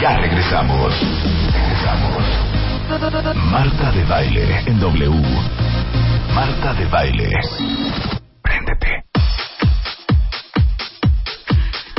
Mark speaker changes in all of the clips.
Speaker 1: Ya regresamos. Regresamos. Marta de baile en W. Marta de baile. Préndete.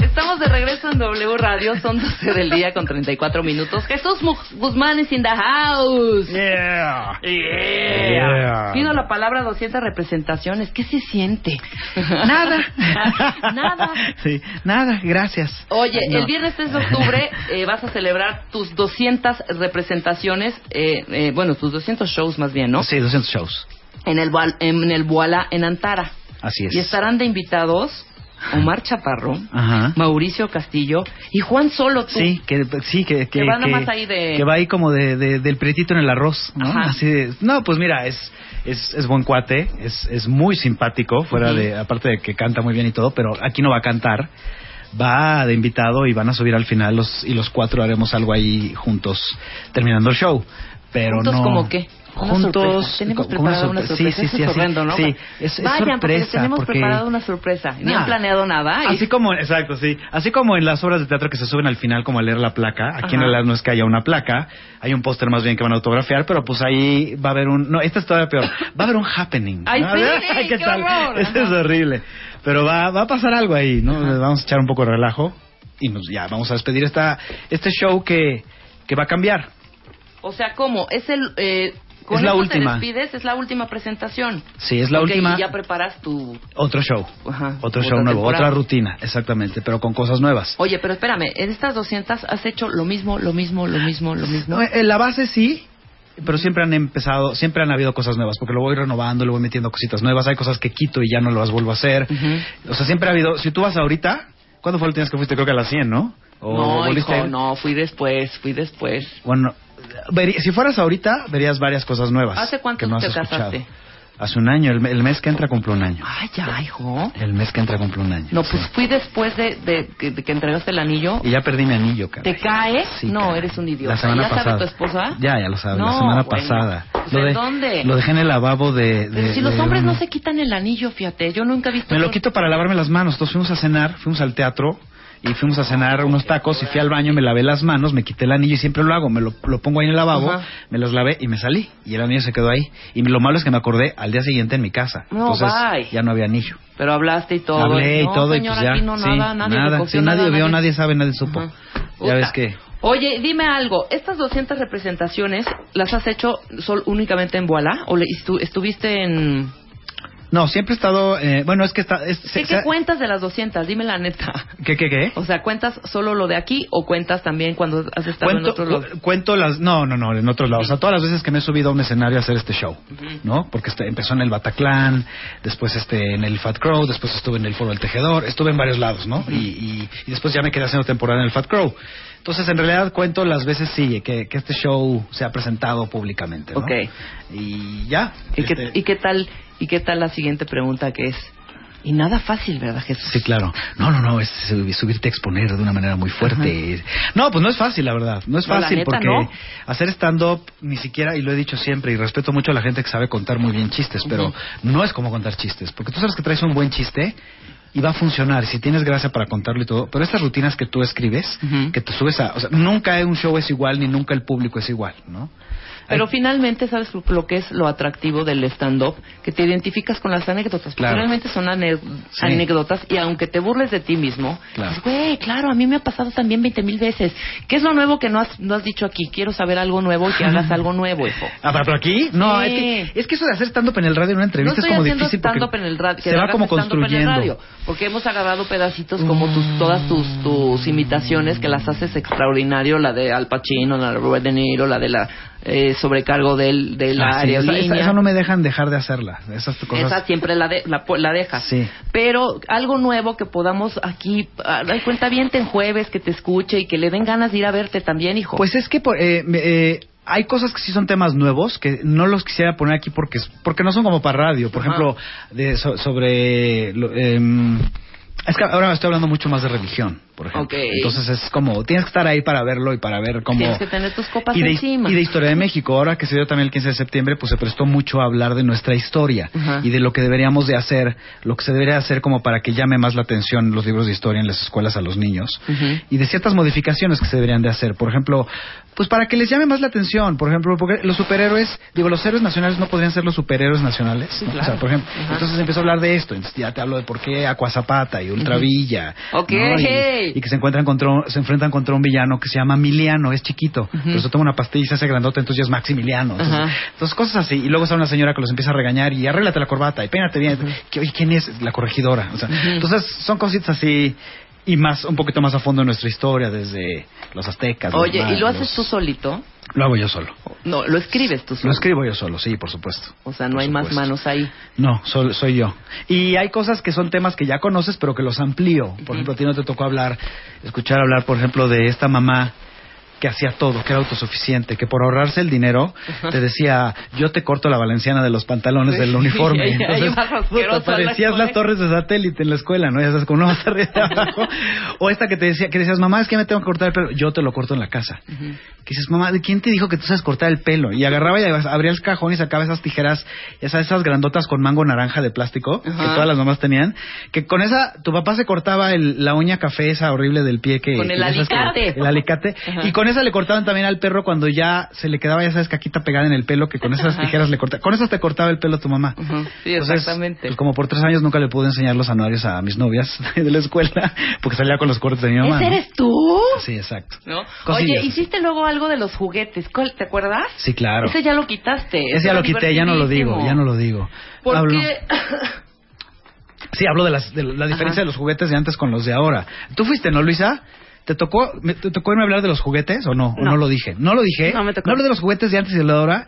Speaker 2: Estamos de regreso en W Radio, son 12 del día con 34 minutos. Jesús Mu- Guzmán es in the house.
Speaker 3: Yeah.
Speaker 2: Yeah. Pido la palabra 200 representaciones. ¿Qué se siente?
Speaker 3: Nada.
Speaker 2: Nada.
Speaker 3: Sí, nada, gracias.
Speaker 2: Oye,
Speaker 3: No.
Speaker 2: el viernes 3 de octubre eh, vas a celebrar tus 200 representaciones, eh, eh, bueno, tus 200 shows más bien, ¿no?
Speaker 3: Sí, 200 shows.
Speaker 2: En el, Boal- en el Boala, en Antara.
Speaker 3: Así es.
Speaker 2: Y estarán de invitados Omar Chaparro,
Speaker 3: Ajá.
Speaker 2: Mauricio Castillo y Juan Solo, tú.
Speaker 3: Sí, que sí que que,
Speaker 2: Que va nomás ahí de-
Speaker 3: que va ahí como de, de- del prietito en el arroz, ¿no?
Speaker 2: Ajá.
Speaker 3: Así de- no, pues mira, es es, es buen cuate, es, es muy simpático, fuera
Speaker 2: Ujú.
Speaker 3: de aparte de que canta muy bien y todo, pero aquí no va a cantar. Va de invitado y van a subir al final los y los cuatro haremos algo ahí juntos terminando el show, pero
Speaker 2: ¿Juntos
Speaker 3: no
Speaker 2: como qué? Una
Speaker 3: juntos
Speaker 2: sorpresa. Tenemos
Speaker 3: co- como
Speaker 2: preparada una
Speaker 3: sorpre-
Speaker 2: sorpresa.
Speaker 3: sí
Speaker 2: Eso
Speaker 3: sí sí
Speaker 2: es
Speaker 3: así-
Speaker 2: horrendo, ¿no?
Speaker 3: sí es, es
Speaker 2: Vayan, porque les
Speaker 3: sorpresa
Speaker 2: tenemos
Speaker 3: porque-
Speaker 2: preparada una sorpresa. Ni han
Speaker 3: Nada.
Speaker 2: planeado nada. y-
Speaker 3: Así como, exacto, sí. Así como en las obras de teatro que se suben al final como a leer la placa, aquí en
Speaker 2: Ajá.
Speaker 3: realidad no es que haya una placa, hay un póster más bien que van a autografiar, pero pues ahí va a haber un, no, esta es todavía peor, va a haber un happening.
Speaker 2: Ay,
Speaker 3: ¿no?
Speaker 2: sí,
Speaker 3: Ay, ¿qué,
Speaker 2: qué
Speaker 3: tal?
Speaker 2: horror.
Speaker 3: Eso es
Speaker 2: Ajá.
Speaker 3: horrible. Pero va, va a pasar algo ahí, ¿no?
Speaker 2: Ajá.
Speaker 3: Vamos a echar un poco de relajo y nos, ya, vamos a despedir esta, este show que, que va a cambiar.
Speaker 2: O sea, ¿cómo? Es el... Eh, con
Speaker 3: Es la
Speaker 2: esto
Speaker 3: última.
Speaker 2: Te despides, es la última presentación.
Speaker 3: Sí, es la
Speaker 2: Ok,
Speaker 3: última.
Speaker 2: Y ya preparas tu...
Speaker 3: Otro show.
Speaker 2: Ajá,
Speaker 3: Otro
Speaker 2: otra
Speaker 3: show nuevo,
Speaker 2: temporada.
Speaker 3: otra rutina, exactamente, pero con cosas nuevas.
Speaker 2: Oye, pero espérame, en estas 200 has hecho lo mismo, lo mismo, lo mismo, lo mismo.
Speaker 3: No, eh, en la base sí, pero siempre han empezado, siempre han habido cosas nuevas, porque lo voy renovando, le voy metiendo cositas nuevas, hay cosas que quito y ya no las vuelvo a hacer.
Speaker 2: Ujú.
Speaker 3: O sea, siempre ha habido, si tú vas ahorita, ¿cuándo fue la última vez que fuiste? Creo que a las 100, ¿no? O
Speaker 2: no,
Speaker 3: Oh, volviste a
Speaker 2: hijo,
Speaker 3: ir.
Speaker 2: no, fui después, fui después.
Speaker 3: Bueno, veri- si fueras ahorita, verías varias cosas nuevas.
Speaker 2: ¿Hace cuánto
Speaker 3: que no has
Speaker 2: te
Speaker 3: escuchado.
Speaker 2: casaste?
Speaker 3: Hace un año, el, me- el mes que entra cumple un año.
Speaker 2: Ay, ya, hijo.
Speaker 3: El mes que entra cumple un año.
Speaker 2: No,
Speaker 3: sí.
Speaker 2: pues fui después de, de- que- de que entregaste el anillo.
Speaker 3: Y ya perdí mi anillo, cara.
Speaker 2: ¿Te cae?
Speaker 3: Sí,
Speaker 2: no,
Speaker 3: caray.
Speaker 2: eres un idiota.
Speaker 3: La semana
Speaker 2: ¿Ya
Speaker 3: pasada.
Speaker 2: sabe tu esposa?
Speaker 3: Ya, ya lo sabe. la
Speaker 2: No,
Speaker 3: semana
Speaker 2: bueno.
Speaker 3: pasada.
Speaker 2: Pues,
Speaker 3: Lo
Speaker 2: ¿en
Speaker 3: de-
Speaker 2: dónde?
Speaker 3: Lo dejé en el lavabo de.
Speaker 2: Pero
Speaker 3: de-
Speaker 2: si los
Speaker 3: de
Speaker 2: hombres
Speaker 3: un-
Speaker 2: no se quitan el anillo, fíjate, yo nunca he visto...
Speaker 3: Me lo
Speaker 2: un-
Speaker 3: quito para lavarme las manos. Entonces fuimos a cenar, fuimos al teatro y fuimos a cenar unos tacos y fui al baño, me lavé las manos, me quité el anillo y siempre lo hago. Me lo, lo pongo ahí en el lavabo,
Speaker 2: Ajá.
Speaker 3: me las lavé y me salí. Y el anillo se quedó ahí. Y lo malo es que me acordé al día siguiente en mi casa.
Speaker 2: No,
Speaker 3: Entonces
Speaker 2: bye.
Speaker 3: ya no había anillo.
Speaker 2: Pero hablaste y todo. ¿eh?
Speaker 3: Hablé y
Speaker 2: No,
Speaker 3: todo
Speaker 2: señora,
Speaker 3: y pues ya.
Speaker 2: aquí no,
Speaker 3: sí,
Speaker 2: nada, nadie recogió
Speaker 3: sí, nadie
Speaker 2: nada,
Speaker 3: vio, nadie sabe, nadie supo.
Speaker 2: Ajá.
Speaker 3: Ya
Speaker 2: Puta.
Speaker 3: ves que.
Speaker 2: Oye, dime algo, ¿estas 200 representaciones las has hecho sol únicamente en Boalá o le- estu- estuviste en...
Speaker 3: No, siempre he estado. eh, bueno, es que está. es- se-
Speaker 2: ¿Qué,
Speaker 3: se-
Speaker 2: qué cuentas de las 200? Dime la neta.
Speaker 3: ¿Qué, qué, qué?
Speaker 2: O sea, ¿cuentas solo lo de aquí o cuentas también cuando has estado en
Speaker 3: Cuento,
Speaker 2: otros lugares?
Speaker 3: cu- cuento las. No, no, no, en otros lados. O sea, todas las veces que me he subido a un escenario a hacer este show, ¿no? Porque este- empezó en el Bataclan, después este, en el Fat Crow, después estuve en el Foro del Tejedor, estuve en varios lados, ¿no? y, y- y después ya me quedé haciendo temporada en el Fat Crow. Entonces, en realidad, cuento las veces, sí, que, que este show se ha presentado públicamente, ¿no?
Speaker 2: Ok.
Speaker 3: Y ya.
Speaker 2: ¿Y, qué,
Speaker 3: este-
Speaker 2: y qué tal, ¿Y qué tal la siguiente pregunta que es? Y nada fácil, ¿verdad, Jesús?
Speaker 3: Sí, claro. No, no, no, es sub- subirte a exponer de una manera muy fuerte. No, pues no es fácil, la verdad. No es
Speaker 2: No, la
Speaker 3: fácil
Speaker 2: neta,
Speaker 3: porque
Speaker 2: no.
Speaker 3: hacer stand-up ni siquiera, y lo he dicho siempre, y respeto mucho a la gente que sabe contar muy bien chistes, pero
Speaker 2: Ujú.
Speaker 3: no es como contar chistes, porque tú sabes que traes un buen chiste y va a funcionar, si tienes gracia para contarlo y todo, pero estas rutinas que tú escribes,
Speaker 2: Ujú.
Speaker 3: que te subes a... O sea, nunca un show es igual, ni nunca el público es igual, ¿no?
Speaker 2: Pero
Speaker 3: Hay-
Speaker 2: finalmente, ¿sabes lo- lo que es lo atractivo del stand-up? Que te identificas con las anécdotas.
Speaker 3: Claro.
Speaker 2: Finalmente son ane-
Speaker 3: Sí.
Speaker 2: anécdotas y aunque te burles de ti mismo,
Speaker 3: Claro.
Speaker 2: dices, güey, claro, a mí me ha pasado también 20 mil veces. ¿Qué es lo nuevo que no has, no has dicho aquí? Quiero saber algo nuevo y que hagas algo nuevo, hijo.
Speaker 3: Ah, pero pero aquí, no,
Speaker 2: Sí.
Speaker 3: es, que, es que eso de hacer stand-up en el radio en una entrevista
Speaker 2: no
Speaker 3: es como
Speaker 2: estoy haciendo
Speaker 3: difícil porque
Speaker 2: stand-up en el radio. que
Speaker 3: se va
Speaker 2: hagas
Speaker 3: como
Speaker 2: stand-up en el
Speaker 3: construyendo. Mm.
Speaker 2: radio, porque hemos agarrado pedacitos como tus, todas tus, tus imitaciones que las haces extraordinario, la de Al Pacino, la de Robert De Niro, la de la eh, sobrecargo del, de la
Speaker 3: Ah, sí, esa-
Speaker 2: aerolínea.
Speaker 3: esa- esa no me dejan dejar de hacerla. Esas cosas.
Speaker 2: Esa siempre la, de, la, po- la dejas.
Speaker 3: Sí.
Speaker 2: Pero algo nuevo que podamos aquí, ah, hay cuenta bien en jueves, que te escuche y que le den ganas de ir a verte también, hijo.
Speaker 3: Pues es que por- eh, me- eh, hay cosas que sí son temas nuevos que no los quisiera poner aquí porque porque no son como para radio. Por
Speaker 2: Ajá.
Speaker 3: ejemplo, de, so- sobre lo- em, es que ahora estoy hablando mucho más de religión. por ejemplo.
Speaker 2: Ok.
Speaker 3: Entonces es como, tienes que estar ahí para verlo y para ver cómo...
Speaker 2: Tienes que tener tus copas
Speaker 3: y de,
Speaker 2: encima.
Speaker 3: y de Historia de México, ahora que se dio también el 15 de septiembre, pues se prestó mucho a hablar de nuestra historia
Speaker 2: Ajá.
Speaker 3: y de lo que deberíamos de hacer, lo que se debería hacer como para que llame más la atención los libros de historia en las escuelas a los niños
Speaker 2: Ujú.
Speaker 3: y de ciertas modificaciones que se deberían de hacer. Por ejemplo, pues para que les llame más la atención, por ejemplo, porque los superhéroes, digo, los héroes nacionales no podrían ser los superhéroes nacionales. ¿no?
Speaker 2: claro.
Speaker 3: O sea, por ejemplo,
Speaker 2: Ajá.
Speaker 3: entonces empezó a hablar de esto, entonces ya te hablo de por qué Aquazapata y Ultravilla.
Speaker 2: Ok.
Speaker 3: ¿no? Y, y que se encuentran contra, un- se enfrentan contra un villano que se llama Miliano, es chiquito, pero se toma una pastilla y se hace grandota, entonces ya es Maximiliano. Entonces,
Speaker 2: Ajá.
Speaker 3: entonces, cosas así. Y luego sale una señora que los empieza a regañar y arréglate la corbata y peínate bien. Que, Oye, ¿quién es? La corregidora. O sea, Entonces, son cositas así y más, un poquito más a fondo en nuestra historia, desde los aztecas. los
Speaker 2: Oye, ¿y lo
Speaker 3: mayas,
Speaker 2: haces tú solito?
Speaker 3: Lo hago yo solo.
Speaker 2: No, lo escribes tú
Speaker 3: Lo
Speaker 2: solo.
Speaker 3: escribo yo solo, sí, por supuesto.
Speaker 2: O sea, no
Speaker 3: Por
Speaker 2: hay más
Speaker 3: supuesto.
Speaker 2: manos ahí.
Speaker 3: No, sol- soy yo. Y hay cosas que son temas que ya conoces, pero que los amplío. Por ejemplo, a ti no te tocó hablar, escuchar hablar, por ejemplo, de esta mamá que hacía todo, que era autosuficiente, que por ahorrarse el dinero te decía, yo te corto la valenciana de los pantalones del
Speaker 2: Sí,
Speaker 3: uniforme.
Speaker 2: ahí
Speaker 3: Entonces,
Speaker 2: vas asqueroso
Speaker 3: puta,
Speaker 2: a la
Speaker 3: parecías las
Speaker 2: escuela.
Speaker 3: torres de satélite en la escuela, ¿no? Ya sabes, con una más arriba y abajo. O esta que te decía, que decías, mamá, es que me tengo que cortar el pelo. Yo te lo corto en la casa. Que dices, mamá, ¿de quién te dijo que tú sabes cortar el pelo? Y agarraba y abría el cajón y sacaba esas tijeras, ya sabes, esas grandotas con mango naranja de plástico, que
Speaker 2: Ajá.
Speaker 3: todas las mamás tenían, que con esa, tu papá se cortaba el- la uña café esa horrible del pie que...
Speaker 2: Con el
Speaker 3: de esas que-
Speaker 2: alicate.
Speaker 3: el alicate.
Speaker 2: Ajá.
Speaker 3: Y con esa le cortaban también al perro cuando ya se le quedaba, ya sabes, caquita pegada en el pelo, que con esas
Speaker 2: Ajá.
Speaker 3: tijeras le cortaba. Con esas te cortaba el pelo tu mamá.
Speaker 2: Ujú, sí,
Speaker 3: Entonces,
Speaker 2: exactamente.
Speaker 3: pues, como por tres años nunca le pude enseñar los anuarios a mis novias de la escuela, porque salía con los cortes de mi mamá.
Speaker 2: ¿Ese
Speaker 3: ¿no?
Speaker 2: eres tú?
Speaker 3: Sí, exacto.
Speaker 2: ¿No?
Speaker 3: Cosillas.
Speaker 2: Oye, hiciste luego algo de los juguetes. ¿Cuál- ¿Te acuerdas?
Speaker 3: Sí, claro.
Speaker 2: Ese ya lo quitaste.
Speaker 3: Ese ya lo quité, ya no lo digo, ya no lo digo.
Speaker 2: ¿Por
Speaker 3: Hablo-
Speaker 2: qué?
Speaker 3: Sí, hablo de, las- de la
Speaker 2: Ajá.
Speaker 3: diferencia de los juguetes de antes con los de ahora. Tú fuiste, ¿no, Luisa? ¿Te tocó, me- te tocó irme a hablar de los juguetes o no? ¿O
Speaker 2: No.
Speaker 3: no lo dije? No lo dije.
Speaker 2: No me tocó.
Speaker 3: hablé de los juguetes de antes y de lo de ahora.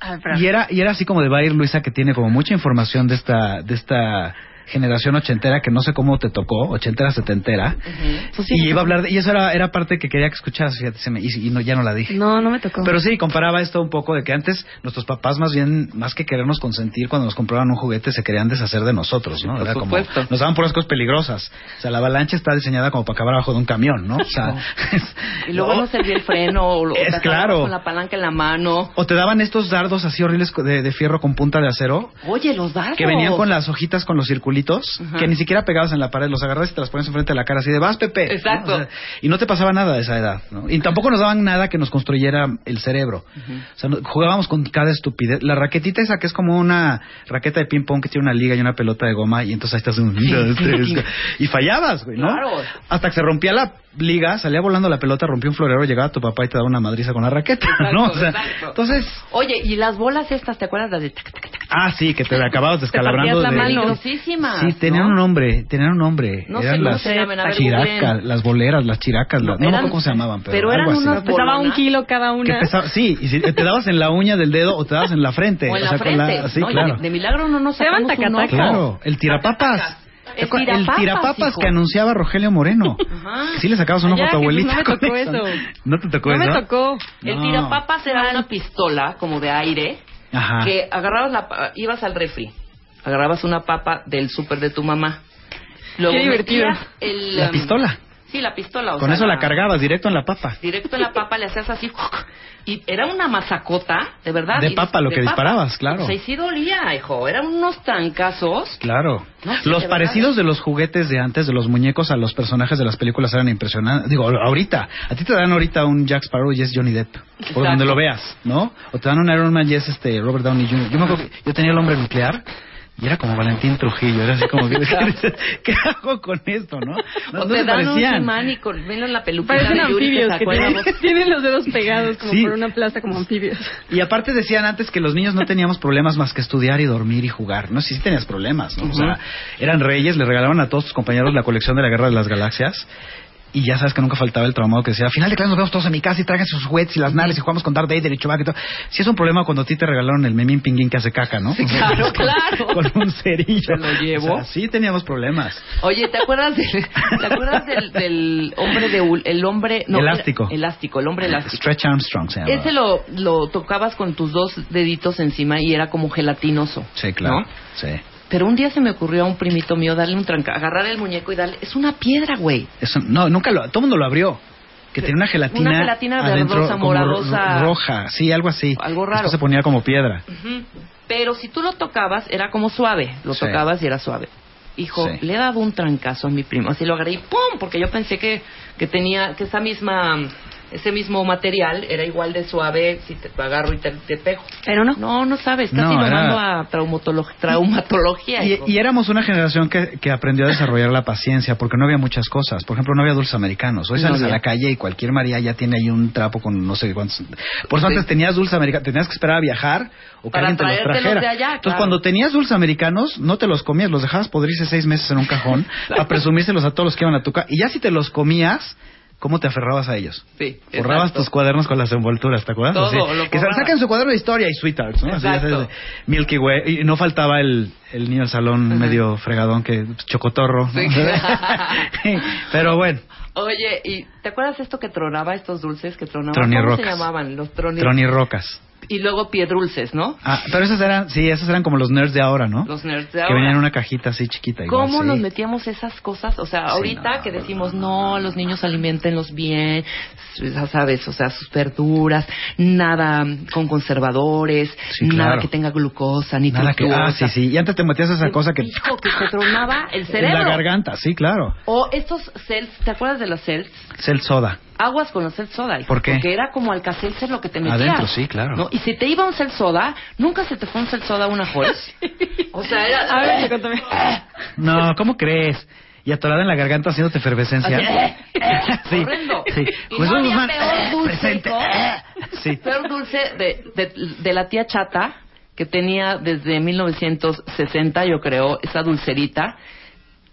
Speaker 2: Ah, espera.
Speaker 3: Y era, y era así como de va a ir Luisa que tiene como mucha información de esta, de esta generación ochentera que no sé cómo te tocó, ochentera, setentera.
Speaker 2: Ujú. Pues sí,
Speaker 3: Y
Speaker 2: me
Speaker 3: iba a
Speaker 2: tocó.
Speaker 3: hablar de, y eso era, era parte que quería que escucharas, fíjate, se me- y, y no, ya no la dije.
Speaker 4: No, no me tocó.
Speaker 3: Pero sí, comparaba esto un poco de que antes nuestros papás más bien, más que querernos consentir cuando nos compraban un juguete, se querían deshacer de nosotros, ¿no?
Speaker 2: Por
Speaker 3: Era como-
Speaker 2: supuesto.
Speaker 3: nos daban puras cosas peligrosas. O sea, la avalancha está diseñada como para acabar abajo de un camión, ¿no? O sea,
Speaker 2: Y luego no servía el freno o lo
Speaker 3: Es
Speaker 2: o te
Speaker 3: claro.
Speaker 2: con la palanca en la mano.
Speaker 3: O te daban estos dardos así horribles de, de fierro con punta de acero,
Speaker 2: Oye, los dardos.
Speaker 3: que venían con las hojitas con los circulitos,
Speaker 2: Ajá.
Speaker 3: que ni siquiera pegados en la pared, los agarras y te las pones enfrente de la cara así de vas Pepe. ¿no?
Speaker 2: Exacto.
Speaker 3: O sea, y no te pasaba nada de esa edad, ¿no? Y tampoco nos daban nada que nos construyera el cerebro. O sea, no- jugábamos con cada estupidez. La raquetita esa que es como una raqueta de ping pong que tiene una liga y una pelota de goma y entonces ahí estás un dos, tres, cuatro, y fallabas, güey, ¿no?
Speaker 2: Claro.
Speaker 3: Hasta que se rompía la liga, salía volando la pelota, rompía un florero, llegaba tu papá y te daba una madriza con la raqueta, ¿no? O sea,
Speaker 2: Exacto, exacto.
Speaker 3: entonces,
Speaker 2: Oye, y las bolas estas, ¿te acuerdas? Las de tac, tac, tac, tac.
Speaker 3: ah, sí, que te acababas descalabrando
Speaker 4: partías la
Speaker 3: de
Speaker 4: mano.
Speaker 2: Peligrosísimas,
Speaker 3: Sí, tenían
Speaker 2: ¿no?
Speaker 3: un nombre, tenían un nombre.
Speaker 2: No sé
Speaker 3: eran
Speaker 2: cómo
Speaker 3: las
Speaker 2: se llaman, a ver,
Speaker 3: chiracas,
Speaker 2: googleen.
Speaker 3: las boleras, las chiracas, las- no, me
Speaker 2: eran-
Speaker 3: acuerdo cómo se llamaban, pero,
Speaker 2: pero eran
Speaker 3: algo así.
Speaker 2: unos
Speaker 4: Pesaba
Speaker 2: bolona.
Speaker 4: un kilo cada
Speaker 3: Que
Speaker 4: una.
Speaker 3: pesaba- sí, y si te dabas en la uña del dedo o te dabas en la frente.
Speaker 2: O en la
Speaker 3: sea, con
Speaker 2: frente.
Speaker 3: sí,
Speaker 2: ¿no? Y
Speaker 3: claro.
Speaker 2: de, de milagro no nos
Speaker 4: Se llaman
Speaker 2: sacamos un
Speaker 4: tacataca.
Speaker 2: ojo.
Speaker 3: Claro, el tirapapas.
Speaker 2: El
Speaker 3: ¿Te acuerdas?
Speaker 2: tirapapas, hijo.
Speaker 3: que anunciaba Rogelio Moreno.
Speaker 2: Ajá.
Speaker 3: Sí le sacabas un ojo
Speaker 4: Ya,
Speaker 3: a tu
Speaker 4: Jesús,
Speaker 3: abuelita.
Speaker 4: no me
Speaker 3: con
Speaker 4: tocó eso.
Speaker 3: ¿No te tocó
Speaker 4: No me
Speaker 3: eso?
Speaker 4: tocó.
Speaker 2: El
Speaker 3: No.
Speaker 2: tirapapas era una pistola como de aire
Speaker 3: Ajá.
Speaker 2: que agarrabas la pa- ibas al refri, agarrabas una papa del súper de tu mamá. Luego
Speaker 4: Qué divertido.
Speaker 2: metías el,
Speaker 3: La
Speaker 2: um,
Speaker 3: pistola.
Speaker 2: Sí, la pistola. o
Speaker 3: Con
Speaker 2: sea,
Speaker 3: eso la cargabas directo en la papa.
Speaker 2: Directo en la papa le hacías así y era una mazacota, de verdad.
Speaker 3: De
Speaker 2: y
Speaker 3: papa lo que
Speaker 2: papa.
Speaker 3: disparabas, claro.
Speaker 2: Pues ahí sí dolía, hijo. Eran unos trancazos.
Speaker 3: Pues Claro.
Speaker 2: No, sí,
Speaker 3: los
Speaker 2: de ¿eh?
Speaker 3: parecidos de los juguetes de antes, de los muñecos a los personajes de las películas eran impresionantes. Digo, ahorita. A ti te dan ahorita un Jack Sparrow y es Johnny Depp.
Speaker 2: Exacto.
Speaker 3: Por donde lo veas, ¿no? O te dan un Iron Man y es este Robert Downey Jr. Yo me acuerdo que yo tenía el hombre nuclear. Y era como Valentín Trujillo, era así como, que, ¿qué hago con esto, no? No,
Speaker 2: o
Speaker 3: no
Speaker 2: te
Speaker 3: se
Speaker 2: dan un
Speaker 3: parecían.
Speaker 2: imán y con menos la peluca
Speaker 4: Parecen
Speaker 2: de Yuri que
Speaker 4: anfibios que
Speaker 2: sacó en la
Speaker 4: tienen,
Speaker 2: boca.
Speaker 4: tienen los dedos pegados como
Speaker 3: Sí.
Speaker 4: por una plaza como anfibios.
Speaker 3: Y aparte decían antes que los niños no teníamos problemas más que estudiar y dormir y jugar. No, sí, sí tenías problemas, ¿no? O sea, eran reyes, le regalaban a todos tus compañeros la colección de la Guerra de las Galaxias. Y ya sabes que nunca faltaba el traumado que decía, al final de clase nos vemos todos en mi casa y tráiganse sus juguetes y las naves y jugamos con Darth Vader y Chewbacca y todo. Sí es un problema cuando a ti te regalaron el memín pinguín que hace caca, ¿no?
Speaker 2: claro, claro.
Speaker 3: Con un cerillo.
Speaker 2: Se lo llevo.
Speaker 3: O sea, sí teníamos problemas.
Speaker 2: Oye, ¿te acuerdas del, ¿te acuerdas del, del hombre de ul- el hombre no,
Speaker 3: Elástico.
Speaker 2: era- elástico, el hombre elástico.
Speaker 3: Stretch Armstrong se llamaba.
Speaker 2: Ese lo, lo tocabas con tus dos deditos encima y era como gelatinoso.
Speaker 3: Sí, claro.
Speaker 2: ¿no?
Speaker 3: Sí.
Speaker 2: Pero un día se me ocurrió a un primito mío darle un tranca, agarrar el muñeco y darle. Es una piedra, güey.
Speaker 3: Eso, no, nunca lo, todo el mundo lo abrió. Que tenía una gelatina,
Speaker 2: Una gelatina
Speaker 3: adentro,
Speaker 2: verdosa,
Speaker 3: como ro-
Speaker 2: moradosa.
Speaker 3: roja, sí, algo así.
Speaker 2: Algo raro.
Speaker 3: Después se ponía como piedra.
Speaker 2: Ujú. Pero si tú lo tocabas, era como suave. Lo
Speaker 3: Sí.
Speaker 2: tocabas y era suave. Hijo,
Speaker 3: Sí.
Speaker 2: le he dado un trancazo a mi primo. Así lo agarré y ¡pum! Porque yo pensé que, que tenía, que esa misma, ese mismo material era igual de suave si te agarro y te, te pego.
Speaker 4: Pero no.
Speaker 2: No, no sabes. Casi
Speaker 3: No,
Speaker 2: lo
Speaker 3: era-
Speaker 2: mando a traumatolog- traumatología.
Speaker 3: Y,
Speaker 2: hijo.
Speaker 3: y éramos una generación que, que aprendió a desarrollar la paciencia porque no había muchas cosas. Por ejemplo, no había dulces americanos. Hoy
Speaker 2: No
Speaker 3: sales a
Speaker 2: había.
Speaker 3: la calle y cualquier María ya tiene ahí un trapo con no sé cuántos. Por eso
Speaker 2: Sí.
Speaker 3: antes tenías dulces americanos, tenías que esperar a viajar o que
Speaker 2: Para
Speaker 3: alguien te los
Speaker 2: traértelos
Speaker 3: trajera.
Speaker 2: de allá,
Speaker 3: Entonces,
Speaker 2: claro.
Speaker 3: cuando tenías dulces americanos, no te los comías, los dejabas podrirse seis meses en un cajón para presumírselos a todos los que iban a tu casa. Y ya si te los comías, ¿cómo te aferrabas a ellos?
Speaker 2: Sí,
Speaker 3: Borrabas
Speaker 2: exacto.
Speaker 3: tus cuadernos con las envolturas, ¿te acuerdas?
Speaker 2: Todo,
Speaker 3: Así,
Speaker 2: lo
Speaker 3: que sa-
Speaker 2: borraba.
Speaker 3: sacan su cuaderno de historia y Sweethearts, ¿no? Así, ya sabes,
Speaker 2: Exacto.
Speaker 3: Milky Way. Y no faltaba el, el niño del salón
Speaker 2: Ajá.
Speaker 3: medio fregadón que pues, chocotorro. ¿no?
Speaker 2: Sí.
Speaker 3: Pero bueno,
Speaker 2: Oye, ¿y te acuerdas esto que tronaba, estos dulces que tronaban? ¿Cómo se
Speaker 3: Tronirrocas.
Speaker 2: llamaban? Los troni...
Speaker 3: tronirrocas.
Speaker 2: Y luego piedrulces, ¿no?
Speaker 3: Ah, pero esos eran, sí, esos eran como los nerds de ahora, ¿no?
Speaker 2: Los nerds de
Speaker 3: Que
Speaker 2: ahora.
Speaker 3: venían en una cajita así chiquita. igual,
Speaker 2: ¿Cómo
Speaker 3: sí.
Speaker 2: nos metíamos esas cosas? O sea,
Speaker 3: Sí,
Speaker 2: ahorita
Speaker 3: no,
Speaker 2: que
Speaker 3: no,
Speaker 2: decimos,
Speaker 3: no,
Speaker 2: no, los niños alimentenlos bien, ya sabes, o sea, sus verduras, nada con conservadores,
Speaker 3: Sí,
Speaker 2: nada
Speaker 3: claro.
Speaker 2: que tenga glucosa ni
Speaker 3: Nada que, ah, sí, sí. Y antes te metías esa cosa que...
Speaker 2: Hijo, que te tronaba el
Speaker 3: En la
Speaker 2: cerebro.
Speaker 3: garganta, sí, claro.
Speaker 2: o estos cells, ¿te acuerdas de los cells?
Speaker 3: Cel soda.
Speaker 2: Aguas con los cel soda. hijo,
Speaker 3: ¿Por qué?
Speaker 2: Porque era como alcacelcer lo que te metías.
Speaker 3: Adentro, sí, claro.
Speaker 2: ¿no? Y si te iba un cel soda, nunca se te fue un cel soda una juez. o sea, era...
Speaker 4: A ver, cuéntame.
Speaker 3: Ah. No, ¿cómo crees? Y atorada en la garganta haciéndote efervescencia.
Speaker 2: Así, Eh, horrendo.
Speaker 3: sí.
Speaker 2: Y
Speaker 3: Jesús
Speaker 2: no había
Speaker 3: Guzmán, eh,
Speaker 2: peor dulce,
Speaker 3: presente.
Speaker 2: hijo.
Speaker 3: Sí.
Speaker 2: Peor dulce de, de- de la tía Chata, que tenía desde 1960, yo creo, esa dulcerita,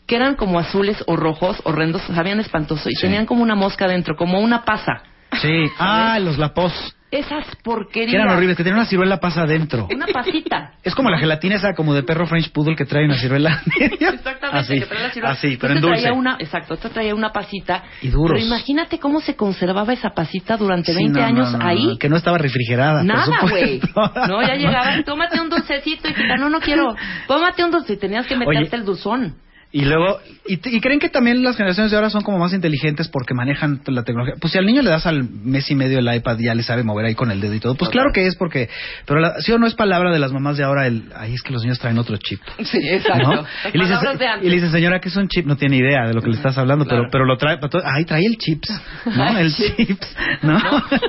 Speaker 2: que eran como azules o rojos, horrendos, sabían espantoso, y
Speaker 3: Sí.
Speaker 2: tenían como una mosca dentro, como una pasa.
Speaker 3: Sí. Ah, los lapós.
Speaker 2: Esas
Speaker 3: Que
Speaker 2: porquerías.
Speaker 3: eran horribles, que tenían una ciruela pasa adentro.
Speaker 2: Una pasita.
Speaker 3: Es como la gelatina esa como de perro French Poodle que trae una ciruela.
Speaker 2: Exactamente,
Speaker 3: Así,
Speaker 2: que traía la ciruela.
Speaker 3: así,
Speaker 2: Esto
Speaker 3: pero en dulce.
Speaker 2: traía una, exacto, esto traía una pasita.
Speaker 3: Y duros.
Speaker 2: Pero imagínate cómo se conservaba esa pasita durante
Speaker 3: Sí,
Speaker 2: 20
Speaker 3: no, no,
Speaker 2: años
Speaker 3: no, no,
Speaker 2: ahí.
Speaker 3: que no estaba refrigerada.
Speaker 2: Nada,
Speaker 3: por
Speaker 2: güey.
Speaker 3: supuesto.
Speaker 2: No, ya llegaba y tómate un dulcecito y quita, no, no quiero. Tómate un dulce y tenías que meterte
Speaker 3: Oye.
Speaker 2: el dulzón.
Speaker 3: Y luego, y, t- y creen que también las generaciones de ahora son como más inteligentes porque manejan la tecnología. Pues si al niño le das al mes y medio el iPad, ya le sabe mover ahí con el dedo y todo. Pues claro que es porque, pero la, sí o no es palabra de las mamás de ahora el, ahí es que los niños traen otro chip.
Speaker 2: Sí,
Speaker 3: ¿no? Y, le dice, y le dice, señora, que es un chip? No tiene idea de lo que le estás hablando,
Speaker 2: Claro.
Speaker 3: pero, pero lo trae. para todo- Ay, trae el chips, ¿no? El chips, ¿no?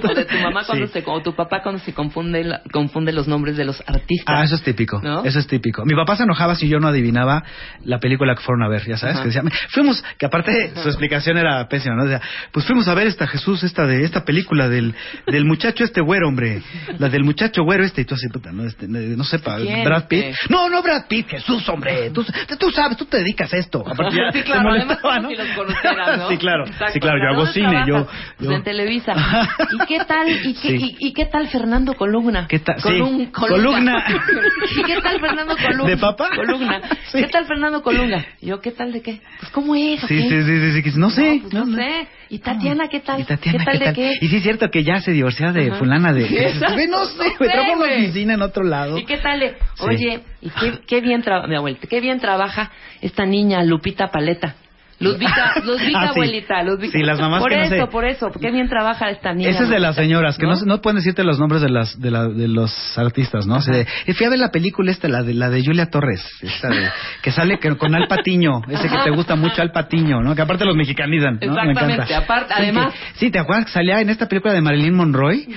Speaker 2: O de tu mamá cuando
Speaker 3: Sí.
Speaker 2: se, o tu papá cuando se confunde, la- confunde los nombres de los artistas.
Speaker 3: Ah, eso es típico.
Speaker 2: ¿No?
Speaker 3: Eso es típico. Mi papá se enojaba si yo no adivinaba la película que fueron a ver, ya sabes,
Speaker 2: Ajá.
Speaker 3: que decía, fuimos, que aparte su explicación era pésima, ¿no? Decía, pues fuimos a ver esta Jesús, esta de esta película del, del muchacho este güero, hombre, la del muchacho güero este, y tú así, puta, no, este, no no sé, pa-
Speaker 2: ¿Quién,
Speaker 3: Brad Pitt.
Speaker 2: este?
Speaker 3: No, no Brad Pitt, Jesús, hombre, tú, tú sabes, tú te dedicas a esto. Aparte ya
Speaker 2: Sí,
Speaker 3: te
Speaker 2: claro, además
Speaker 3: molestaba,
Speaker 2: como si los conocieras, ¿no?
Speaker 3: sí, claro,
Speaker 2: Exacto,
Speaker 3: sí, claro, yo hago
Speaker 2: ¿dónde
Speaker 3: cine, yo...
Speaker 2: trabajas? Pues
Speaker 3: yo-
Speaker 2: en Televisa.
Speaker 3: Ajá.
Speaker 2: ¿Y qué tal, y qué,
Speaker 3: Sí.
Speaker 2: y, y qué tal Fernando Columna?
Speaker 3: ¿Qué tal? Sí,
Speaker 2: Columna.
Speaker 3: Columna.
Speaker 2: ¿Y qué tal Fernando Columna?
Speaker 3: ¿De papá?
Speaker 2: Columna.
Speaker 3: Sí.
Speaker 2: ¿Qué tal Fernando Columna? Yo, ¿qué tal de qué? Pues, ¿cómo es? o
Speaker 3: Sí,
Speaker 2: qué?
Speaker 3: sí, sí, sí, sí, que no sé.
Speaker 2: No, pues, no sé. ¿Y Tatiana qué tal?
Speaker 3: ¿Y Tatiana
Speaker 2: ¿Qué tal de qué?
Speaker 3: Y sí es cierto que ya se divorció de
Speaker 2: Ajá.
Speaker 3: fulana de... que dices,
Speaker 2: Exacto,
Speaker 3: güey, no
Speaker 2: no
Speaker 3: sé,
Speaker 2: sé,
Speaker 3: güey, trabaja en una
Speaker 2: güey.
Speaker 3: oficina en otro lado.
Speaker 2: ¿Y qué tal? de-
Speaker 3: Sí.
Speaker 2: Oye, ¿y qué, qué bien trabaja, mi abuelita, qué bien trabaja esta niña Lupita Paleta? Ludvika, Ludvika
Speaker 3: Ah, sí.
Speaker 2: abuelita, Ludvika.
Speaker 3: Sí, las mamás
Speaker 2: por
Speaker 3: que no
Speaker 2: eso,
Speaker 3: sé.
Speaker 2: por eso, qué bien trabaja esta niña.
Speaker 3: Esa es de las
Speaker 2: Lupita,
Speaker 3: señoras, que no, se- no pueden decirte los nombres de las de, la- de los artistas, ¿no? O sea, de, "Eh, fui a ver la película esta, la de, la de Julia Torres, esta de- que sale que- con Al Patiño, ese que te gusta mucho, Al Patiño, ¿no? Que aparte los mexicanizan, ¿no? Me
Speaker 2: Exactamente,
Speaker 3: encanta.
Speaker 2: aparte-
Speaker 3: Sí, que-
Speaker 2: además-
Speaker 3: sí, ¿te acuerdas que salía en esta película de Marilyn Monroe?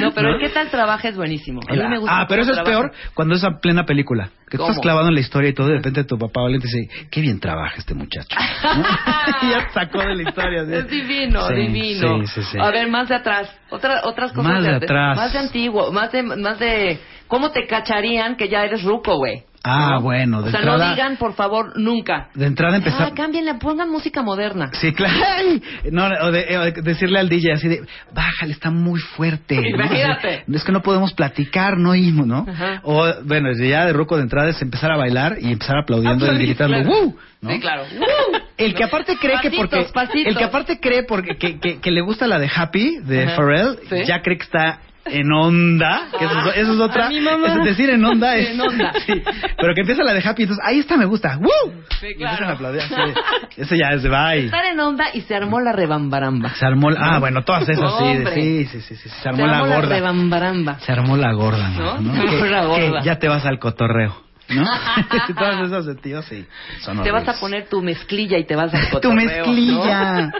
Speaker 2: No, pero
Speaker 3: ¿No?
Speaker 2: el qué tal trabaja es buenísimo. A mí me gusta
Speaker 3: ah, pero
Speaker 2: mucho
Speaker 3: eso es
Speaker 2: el trabajo.
Speaker 3: peor cuando es a plena película. Que tú
Speaker 2: ¿Cómo?
Speaker 3: estás clavado en la historia y todo, de repente tu papá valiente dice, qué bien trabaja este muchacho. ¿no? y ya te sacó de la historia. así.
Speaker 2: Es divino,
Speaker 3: Sí,
Speaker 2: divino.
Speaker 3: Sí, sí, sí.
Speaker 2: A ver, más de atrás. Otra, otras cosas
Speaker 3: Más de
Speaker 2: ante-
Speaker 3: atrás.
Speaker 2: Más de antiguo. Más de, más de. ¿Cómo te cacharían que ya eres ruco, güey?
Speaker 3: Ah, bueno, de
Speaker 2: O sea, no
Speaker 3: entrada-
Speaker 2: digan, por favor, nunca.
Speaker 3: De entrada
Speaker 2: Ah,
Speaker 3: empezar...
Speaker 2: cámbienle, pongan música moderna.
Speaker 3: Sí, claro. Ay, No, o de, eh, o de- decirle al DJ así de, bájale, está muy fuerte. ¿no?
Speaker 2: Imagínate.
Speaker 3: Es que no podemos platicar, no oímos, ¿no?
Speaker 2: Ajá.
Speaker 3: O, bueno, desde ya de ruco de entrada es empezar a bailar y empezar aplaudiendo y gritando,
Speaker 2: Claro.
Speaker 3: ¡Woo! ¿no?
Speaker 2: Sí, claro.
Speaker 3: El que aparte cree que porque
Speaker 2: Pasitos, pasitos.
Speaker 3: el que aparte cree porque que, que- que le gusta la de Happy de
Speaker 2: Ajá.
Speaker 3: Pharrell
Speaker 2: Sí.
Speaker 3: ya cree que está en onda, que eso, es- eso es otra,
Speaker 4: A mi mamá.
Speaker 3: es decir en onda es
Speaker 2: En onda.
Speaker 3: sí, pero que empieza la de Happy, entonces ahí está me gusta, ¡Woo!
Speaker 2: Sí,
Speaker 3: Y
Speaker 2: claro.
Speaker 3: empiezan a aplaudir, sí. ese ya es de bye.
Speaker 2: Estar en onda y se armó la rebambaramba.
Speaker 3: Se armó, la- ah, bueno, todas esas sí, de-
Speaker 2: Hombre.
Speaker 3: sí, sí, sí, sí, se armó
Speaker 2: se
Speaker 3: la
Speaker 2: armó la,
Speaker 3: gorda.
Speaker 2: rebambaramba.
Speaker 3: Se armó la gorda, ¿no?
Speaker 2: ¿No? Se armó
Speaker 3: Que-
Speaker 2: la
Speaker 3: que
Speaker 2: gorda.
Speaker 3: ya te vas al cotorreo, ¿no? Todas esas de tío, sí. Son
Speaker 2: Te vas
Speaker 3: horribles.
Speaker 2: a poner tu mezclilla y te vas a
Speaker 3: tu mezclilla.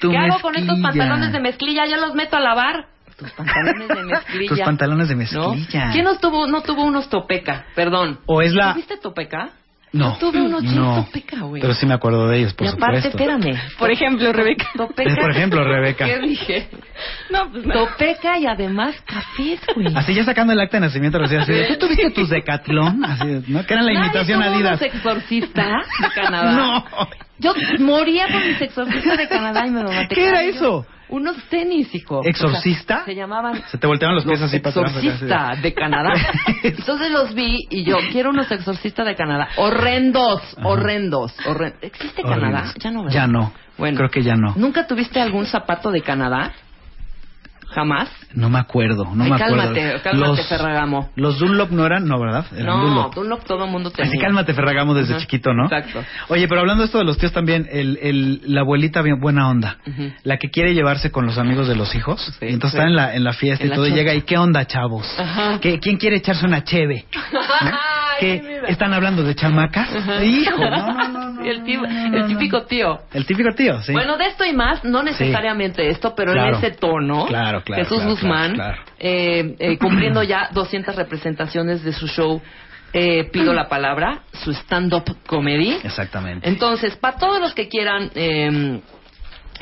Speaker 3: Tu
Speaker 2: ¿Qué hago con
Speaker 3: mezclilla.
Speaker 2: estos pantalones de mezclilla? Yo los meto a lavar. Tus pantalones de mezclilla.
Speaker 3: Tus pantalones de
Speaker 2: ¿No?
Speaker 3: mezclilla.
Speaker 2: ¿Quién no tuvo, no tuvo unos topeca? Perdón.
Speaker 3: O es la
Speaker 2: ¿Tuviste topeca?
Speaker 3: No.
Speaker 2: Yo tuve unos jeans
Speaker 3: no,
Speaker 2: topeca, güey.
Speaker 3: Pero sí me acuerdo de ellos, por
Speaker 2: y aparte,
Speaker 3: supuesto.
Speaker 2: espérame.
Speaker 4: Por ejemplo, Rebeca.
Speaker 2: Topeca.
Speaker 3: Por ejemplo, Rebeca.
Speaker 2: ¿Qué dije?
Speaker 4: No, pues no.
Speaker 2: Topeca y además cafés, güey.
Speaker 3: Así ya sacando el acta de nacimiento, recién así de, ¿tú tuviste tus decatlón? Así, de, ¿no? Que era la
Speaker 2: Nadie
Speaker 3: imitación a
Speaker 2: tuvo
Speaker 3: Adidas.
Speaker 2: unos exorcista de Canadá.
Speaker 3: No.
Speaker 2: Yo moría por mis exorcistas de Canadá y me lo maté.
Speaker 3: ¿Qué era
Speaker 2: Ay, yo-
Speaker 3: eso?
Speaker 2: Unos tenis, hijo.
Speaker 3: ¿Exorcista?
Speaker 2: O sea, se llamaban
Speaker 3: Se te voltearon los pies así para atrás. así de-
Speaker 2: exorcista de Canadá. Entonces los vi y yo, quiero unos exorcistas de Canadá. Horrendos, horrendos, horren- ¿Existe
Speaker 3: Horribles.
Speaker 2: Canadá? Ya no, ¿verdad?
Speaker 3: Ya no.
Speaker 2: Bueno.
Speaker 3: Creo que ya no.
Speaker 2: ¿Nunca tuviste algún zapato de Canadá? ¿Jamás?
Speaker 3: No me acuerdo, no
Speaker 2: Ay,
Speaker 3: me acuerdo.
Speaker 2: cálmate, cálmate, Ferragamo.
Speaker 3: Los Dunlop no eran, no, ¿verdad? Eran
Speaker 2: No,
Speaker 3: Dunlop.
Speaker 2: tú no, todo el mundo tenía.
Speaker 3: Así cálmate, Ferragamo, desde
Speaker 2: Ajá,
Speaker 3: chiquito, ¿no?
Speaker 2: exacto.
Speaker 3: Oye, pero hablando de esto de los tíos también, el, el, la abuelita bien buena onda,
Speaker 2: Ujú.
Speaker 3: la que quiere llevarse con los amigos de los hijos,
Speaker 2: Sí,
Speaker 3: y entonces
Speaker 2: sí.
Speaker 3: está en la, en la fiesta
Speaker 2: En
Speaker 3: y
Speaker 2: la
Speaker 3: todo, y
Speaker 2: chota.
Speaker 3: llega, ¿y qué onda, chavos?
Speaker 2: Ajá.
Speaker 3: ¿Qué- ¿Quién quiere echarse una cheve? ¿No?
Speaker 2: Ay, qué
Speaker 3: ¿Que
Speaker 2: miedo.
Speaker 3: están hablando de chamacas? Hijo, no, no, no. no,
Speaker 2: Y el, tío-
Speaker 3: no, no, no,
Speaker 2: el típico
Speaker 3: no.
Speaker 2: tío.
Speaker 3: El típico tío, sí.
Speaker 2: Bueno, de esto y más, no necesariamente esto, pero
Speaker 3: Claro.
Speaker 2: en ese tono,
Speaker 3: Claro, claro,
Speaker 2: Jesús
Speaker 3: claro,
Speaker 2: Guzmán,
Speaker 3: claro, claro.
Speaker 2: eh, eh, cumpliendo ya 200 representaciones de su show eh, Pido la Palabra, su stand-up comedy.
Speaker 3: Exactamente.
Speaker 2: Entonces, para todos los que quieran... eh,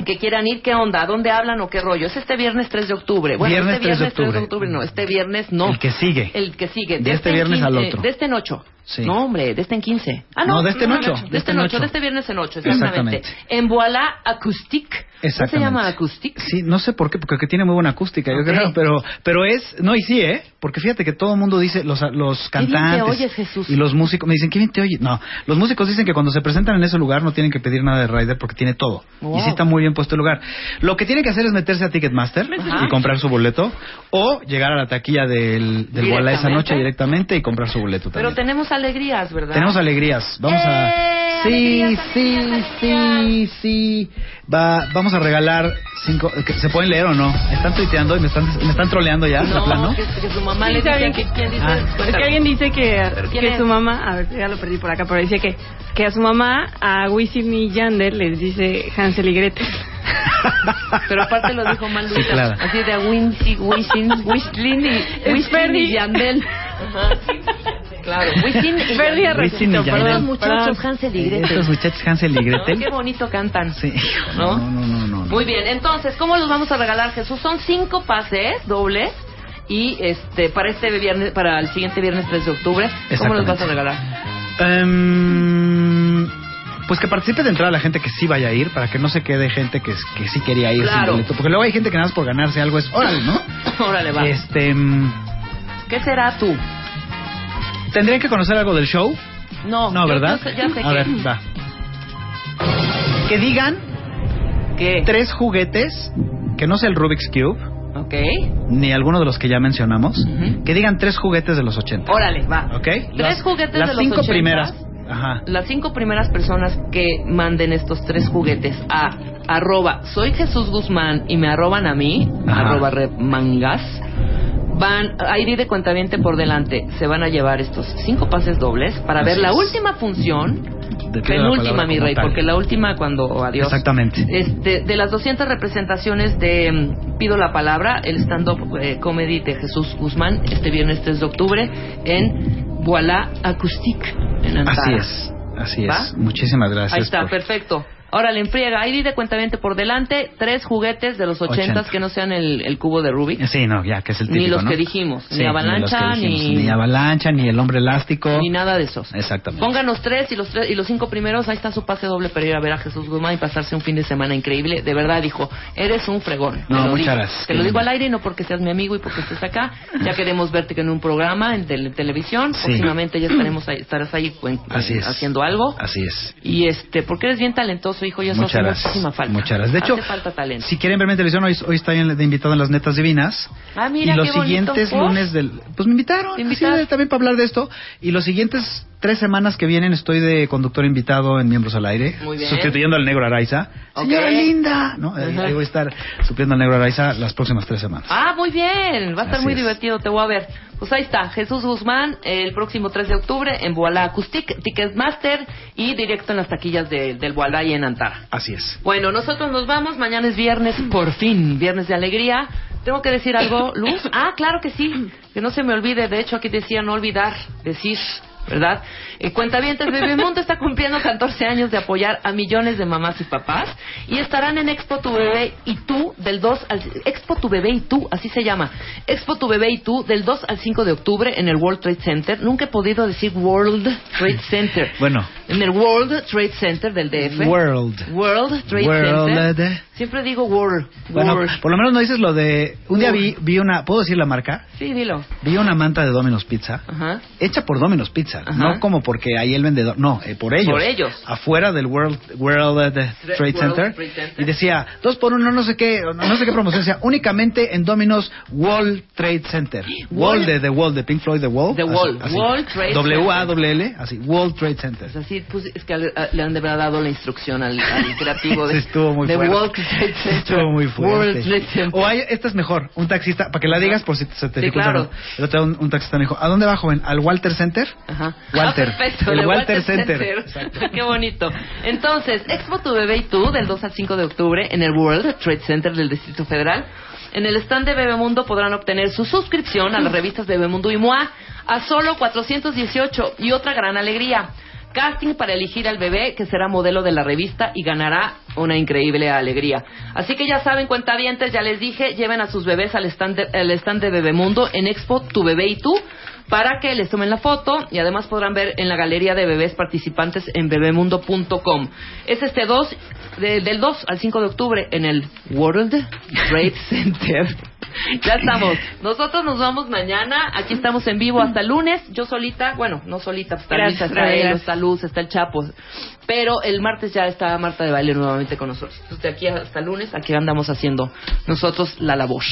Speaker 2: que quieran ir, ¿qué onda? ¿A ¿Dónde hablan o qué rollo? Es este viernes 3 de octubre. Bueno,
Speaker 3: Viernes
Speaker 2: este
Speaker 3: 3
Speaker 2: viernes
Speaker 3: de
Speaker 2: 3 de
Speaker 3: octubre.
Speaker 2: octubre no, este viernes no.
Speaker 3: El que sigue.
Speaker 2: El que sigue.
Speaker 3: Eh, De este
Speaker 2: en
Speaker 3: viernes
Speaker 2: 15,
Speaker 3: al otro.
Speaker 2: De este en 8.
Speaker 3: Sí.
Speaker 2: No, hombre, de este en 15. Ah,
Speaker 3: No,
Speaker 2: no.
Speaker 3: de este en
Speaker 2: no,
Speaker 3: ocho,
Speaker 2: De este en 8, de este viernes en 8, exactamente.
Speaker 3: Exactamente.
Speaker 2: En Voilà Acoustique. ¿No
Speaker 3: Exactamente.
Speaker 2: se llama Acoustique?
Speaker 3: Sí, no sé por qué, porque tiene muy buena acústica, yo
Speaker 2: Ok.
Speaker 3: creo, pero, pero es, no, y sí, ¿eh? Porque fíjate que todo el mundo dice, los, los
Speaker 2: Qué bien te
Speaker 3: cantantes
Speaker 2: oyes, Jesús.
Speaker 3: y los músicos, me dicen, ¿qué bien te oye? No, los músicos dicen que cuando se presentan en ese lugar no tienen que pedir nada de Rider porque tiene todo.
Speaker 2: Wow.
Speaker 3: Y sí está muy bien puesto el lugar. Lo que tienen que hacer es meterse a Ticketmaster
Speaker 2: Ajá.
Speaker 3: y comprar su boleto o llegar a la taquilla del, del Walla esa
Speaker 2: Directamente.
Speaker 3: noche directamente y comprar su boleto
Speaker 2: Pero
Speaker 3: también.
Speaker 2: tenemos alegrías, ¿verdad?
Speaker 3: Tenemos alegrías. Vamos
Speaker 2: ¡Eh!
Speaker 3: a. Sí,
Speaker 2: Alegrías,
Speaker 3: sí,
Speaker 2: alegrías,
Speaker 3: sí,
Speaker 2: alegrías.
Speaker 3: sí. Va, vamos a regalar cinco. que- ¿Se pueden leer o no? Están tuiteando y me están, me están troleando ya. la
Speaker 2: No,
Speaker 3: plano.
Speaker 2: que, que su mamá
Speaker 4: Sí,
Speaker 2: le
Speaker 4: está
Speaker 2: dice
Speaker 4: bien
Speaker 2: que
Speaker 4: que-
Speaker 2: quién dice.
Speaker 3: Ah.
Speaker 4: Es que
Speaker 2: Cuéntame.
Speaker 4: alguien dice que,
Speaker 2: quién
Speaker 4: que
Speaker 2: es?
Speaker 4: su mamá, a ver, ya lo perdí por acá, pero dice que, que a su mamá, a Wisin y Yander, les dice Hansel y Gretel.
Speaker 2: Pero aparte lo dijo mal
Speaker 3: Sí,
Speaker 2: Luisa.
Speaker 3: claro.
Speaker 2: Así de Wincy, Wishing, Wishlin y
Speaker 4: Es
Speaker 2: Wishlin
Speaker 4: Ferdi.
Speaker 2: y Yandel. Ajá. Claro, Wishin y
Speaker 4: Ferdi
Speaker 2: Yandel.
Speaker 3: Wisin y
Speaker 4: arrojito,
Speaker 3: Yandel.
Speaker 2: Estos
Speaker 4: perdón.
Speaker 2: muchachos
Speaker 4: perdón.
Speaker 2: Hansel y Gretel.
Speaker 3: Estos muchachos Hansel y
Speaker 2: ¿no? Qué
Speaker 3: Gretel.
Speaker 2: bonito cantan.
Speaker 3: Sí.
Speaker 2: ¿No?
Speaker 3: No, no, no, no, no.
Speaker 2: Muy bien, entonces, ¿cómo los vamos a regalar, Jesús? Son cinco pases dobles y este para este viernes, para el siguiente viernes 3 de octubre, ¿cómo los
Speaker 3: Exactamente.
Speaker 2: vas a regalar?
Speaker 3: Em, pues que participe de entrada la gente que sí vaya a ir para que no se quede gente que, que sí quería ir. sin
Speaker 2: Claro.
Speaker 3: boleto. Porque luego hay gente que nada más por ganarse algo es. Órale, ¿no?
Speaker 2: Órale, va.
Speaker 3: Este. em,
Speaker 2: ¿Qué será tú?
Speaker 3: Tendrían que conocer algo del show.
Speaker 2: No,
Speaker 3: No,
Speaker 2: yo-
Speaker 3: ¿verdad?
Speaker 2: yo sé- ya sé
Speaker 3: a
Speaker 2: que-
Speaker 3: ver, va. Que digan
Speaker 2: ¿Qué?
Speaker 3: tres juguetes, que no sea el Rubik's Cube,
Speaker 2: Ok.
Speaker 3: ni alguno de los que ya mencionamos,
Speaker 2: Ujú.
Speaker 3: que digan tres juguetes de los 80.
Speaker 2: Órale, va.
Speaker 3: ¿Ok?
Speaker 2: Tres
Speaker 3: Las-
Speaker 2: juguetes
Speaker 3: las
Speaker 2: de los
Speaker 3: cinco
Speaker 2: 80.
Speaker 3: primeras. Ajá.
Speaker 2: Las cinco primeras personas que manden estos tres juguetes a arroba soy Jesús Guzmán y me arroban a mí,
Speaker 3: Ajá.
Speaker 2: arroba remangas, van a ir de cuentaviente por delante. Se van a llevar estos cinco pases dobles para
Speaker 3: Así
Speaker 2: ver la
Speaker 3: es.
Speaker 2: última función
Speaker 3: Te pido la
Speaker 2: Penúltima,
Speaker 3: palabra
Speaker 2: mi
Speaker 3: como
Speaker 2: rey,
Speaker 3: tal.
Speaker 2: porque la última cuando adiós.
Speaker 3: Exactamente.
Speaker 2: Este, de las 200 representaciones de mm, Pido la Palabra, el stand-up eh, comedy de Jesús Guzmán, este viernes 3 de octubre, en Voilà Acoustique, en
Speaker 3: Así
Speaker 2: Antara.
Speaker 3: es. Así es.
Speaker 2: ¿Va?
Speaker 3: Muchísimas gracias.
Speaker 2: Ahí está,
Speaker 3: por-
Speaker 2: perfecto. Ahora le enfriega, ahí de cuentamente por delante, tres juguetes de los 80
Speaker 3: 80.
Speaker 2: que no sean el, el cubo de Rubik,
Speaker 3: Sí, no, ya, que es el
Speaker 2: Ni
Speaker 3: típico,
Speaker 2: los
Speaker 3: ¿no?
Speaker 2: que dijimos, ni
Speaker 3: Sí,
Speaker 2: avalancha,
Speaker 3: los que dijimos.
Speaker 2: ni-
Speaker 3: Ni avalancha, ni el hombre elástico.
Speaker 2: ni nada de esos.
Speaker 3: Exactamente.
Speaker 2: Pónganos tres y los tres y los cinco primeros, ahí está su pase doble para ir a ver a Jesús Guzmán y pasarse un fin de semana increíble. De verdad, dijo, eres un fregón. Te
Speaker 3: No,
Speaker 2: lo
Speaker 3: muchas
Speaker 2: digo.
Speaker 3: gracias.
Speaker 2: Te lo digo al aire, no porque seas mi amigo y porque estés acá. Ya queremos verte que en un programa, en tele- televisión.
Speaker 3: Sí.
Speaker 2: Próximamente ya estaremos ahí- estarás ahí cuen-
Speaker 3: Así es.
Speaker 2: haciendo algo.
Speaker 3: Así es.
Speaker 2: Y este, porque eres bien talentoso su hijo y eso
Speaker 3: Muchas
Speaker 2: hace
Speaker 3: gracias.
Speaker 2: muchísima falta.
Speaker 3: Muchas gracias. De hecho,
Speaker 2: hace falta talento.
Speaker 3: si quieren verme en televisión, hoy, hoy está en- de invitado en las Netas Divinas.
Speaker 2: Ah, mira,
Speaker 3: y los
Speaker 2: qué bonito.
Speaker 3: siguientes
Speaker 2: ¿Vos?
Speaker 3: lunes del. Pues me invitaron.
Speaker 2: Te
Speaker 3: así
Speaker 2: invitaron.
Speaker 3: de- también para hablar de esto. Y los siguientes tres semanas que vienen estoy de conductor invitado en Miembros al Aire.
Speaker 2: Muy bien.
Speaker 3: Sustituyendo al Negro Araiza.
Speaker 2: Ok.
Speaker 3: Señora linda. ¿No? Ahí-
Speaker 2: Ajá.
Speaker 3: Ahí voy a estar supliendo al Negro Araiza las próximas tres semanas.
Speaker 2: Ah, muy bien. Va a estar
Speaker 3: Así
Speaker 2: muy
Speaker 3: es.
Speaker 2: divertido, te voy a ver. Pues ahí está, Jesús Guzmán, el próximo 3 de octubre en Boalá Acoustic, Ticketmaster y directo en las taquillas de- del Boalá y en Antara.
Speaker 3: Así es.
Speaker 2: Bueno, nosotros nos vamos. Mañana es viernes, por fin, viernes de alegría. Tengo que decir algo, Luz. Ah, claro que sí. Que no se me olvide. De hecho, aquí decía no olvidar, decir, ¿verdad? Eh, Cuentavientes, Bebemundo está cumpliendo 14 años de apoyar a millones de mamás y papás. Y estarán en Expo Tu Bebé y Tú, del 2 al... Expo Tu Bebé y Tú, así se llama. Expo Tu Bebé y Tú, del 2 al 5 de octubre en el World Trade Center. Nunca he podido decir World Trade Center.
Speaker 3: Bueno.
Speaker 2: En el World Trade Center del DF.
Speaker 3: World.
Speaker 2: World Trade
Speaker 3: World. eh,
Speaker 2: Center. Siempre digo World.
Speaker 3: Bueno, pues,
Speaker 2: World.
Speaker 3: por lo menos no dices lo de. Un día
Speaker 2: World.
Speaker 3: vi, vi una. ¿Puedo decir la marca?
Speaker 2: Sí, dilo.
Speaker 3: Vi una manta de Domino's Pizza.
Speaker 2: Ajá.
Speaker 3: hecha por Domino's Pizza,
Speaker 2: Ajá.
Speaker 3: no como porque ahí el vendedor, no, eh, por ellos.
Speaker 2: Por ellos.
Speaker 3: Afuera del World, World eh,
Speaker 2: Tre-
Speaker 3: Trade
Speaker 2: World
Speaker 3: Center.
Speaker 2: Trade Center.
Speaker 3: Y decía, dos por uno, no sé qué, no sé qué promoción, decía, únicamente en Domino's World Trade Center. Wall
Speaker 2: Wall.
Speaker 3: de The Wall, de Pink Floyd, The Wall.
Speaker 2: The Wall. Wall Trade
Speaker 3: W-A-L-L, así, World Trade Center.
Speaker 2: Es así, pues es que al- a- le han de haber dado la instrucción al, al creativo de,
Speaker 3: Sí, estuvo muy
Speaker 2: de
Speaker 3: fuerte.
Speaker 2: World Trade Center.
Speaker 3: Estuvo muy fuerte.
Speaker 2: World Trade Center.
Speaker 3: O hay, esta es mejor, un taxista, para que la digas por si te- se te
Speaker 2: Sí,
Speaker 3: dificulta.
Speaker 2: claro.
Speaker 3: El otro día un, un taxista me dijo, ¿a dónde va, joven? ¿Al Walter Center?
Speaker 2: Ajá.
Speaker 3: Walter.
Speaker 2: Ah, perfecto,
Speaker 3: el
Speaker 2: de
Speaker 3: Walter, Center.
Speaker 2: Qué bonito. Entonces, Expo Tu Bebé y Tú, del 2 al 5 de octubre, en el World Trade Center del Distrito Federal. En el stand de Bebemundo podrán obtener su suscripción a las revistas Bebemundo y MOA a solo 418 y otra gran alegría. Casting para elegir al bebé que será modelo de la revista y ganará una increíble alegría. Así que ya saben, cuentavientes, ya les dije, lleven a sus bebés al stand de, al stand de Bebemundo en Expo Tu Bebé y Tú para que les tomen la foto y además podrán ver en la galería de bebés participantes en bebemundo.com. Es este 2, de- del 2 al 5 de octubre en el World Trade Center. Ya estamos. Nosotros nos vamos mañana. Aquí estamos en vivo hasta el lunes. Yo solita, bueno, no solita, pues, está
Speaker 4: Gracias,
Speaker 2: Luisa, está
Speaker 4: Fran,
Speaker 2: Elo,
Speaker 4: gracias.
Speaker 2: está Luz, está el Chapo. Pero el martes ya está Marta de Baile nuevamente con nosotros. Entonces, de aquí hasta el lunes, aquí andamos haciendo nosotros la labor.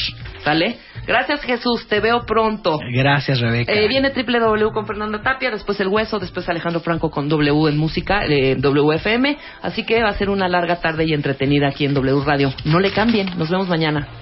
Speaker 2: ¿Sale? Gracias, Jesús. Te veo pronto.
Speaker 3: Gracias, Rebeca.
Speaker 2: Oh. Eh, viene Triple W con Fernanda Tapia, después El Hueso, después Alejandro Franco con W en música, eh, WFM. Así que va a ser una larga tarde y entretenida aquí en W Radio. No le cambien, nos vemos mañana.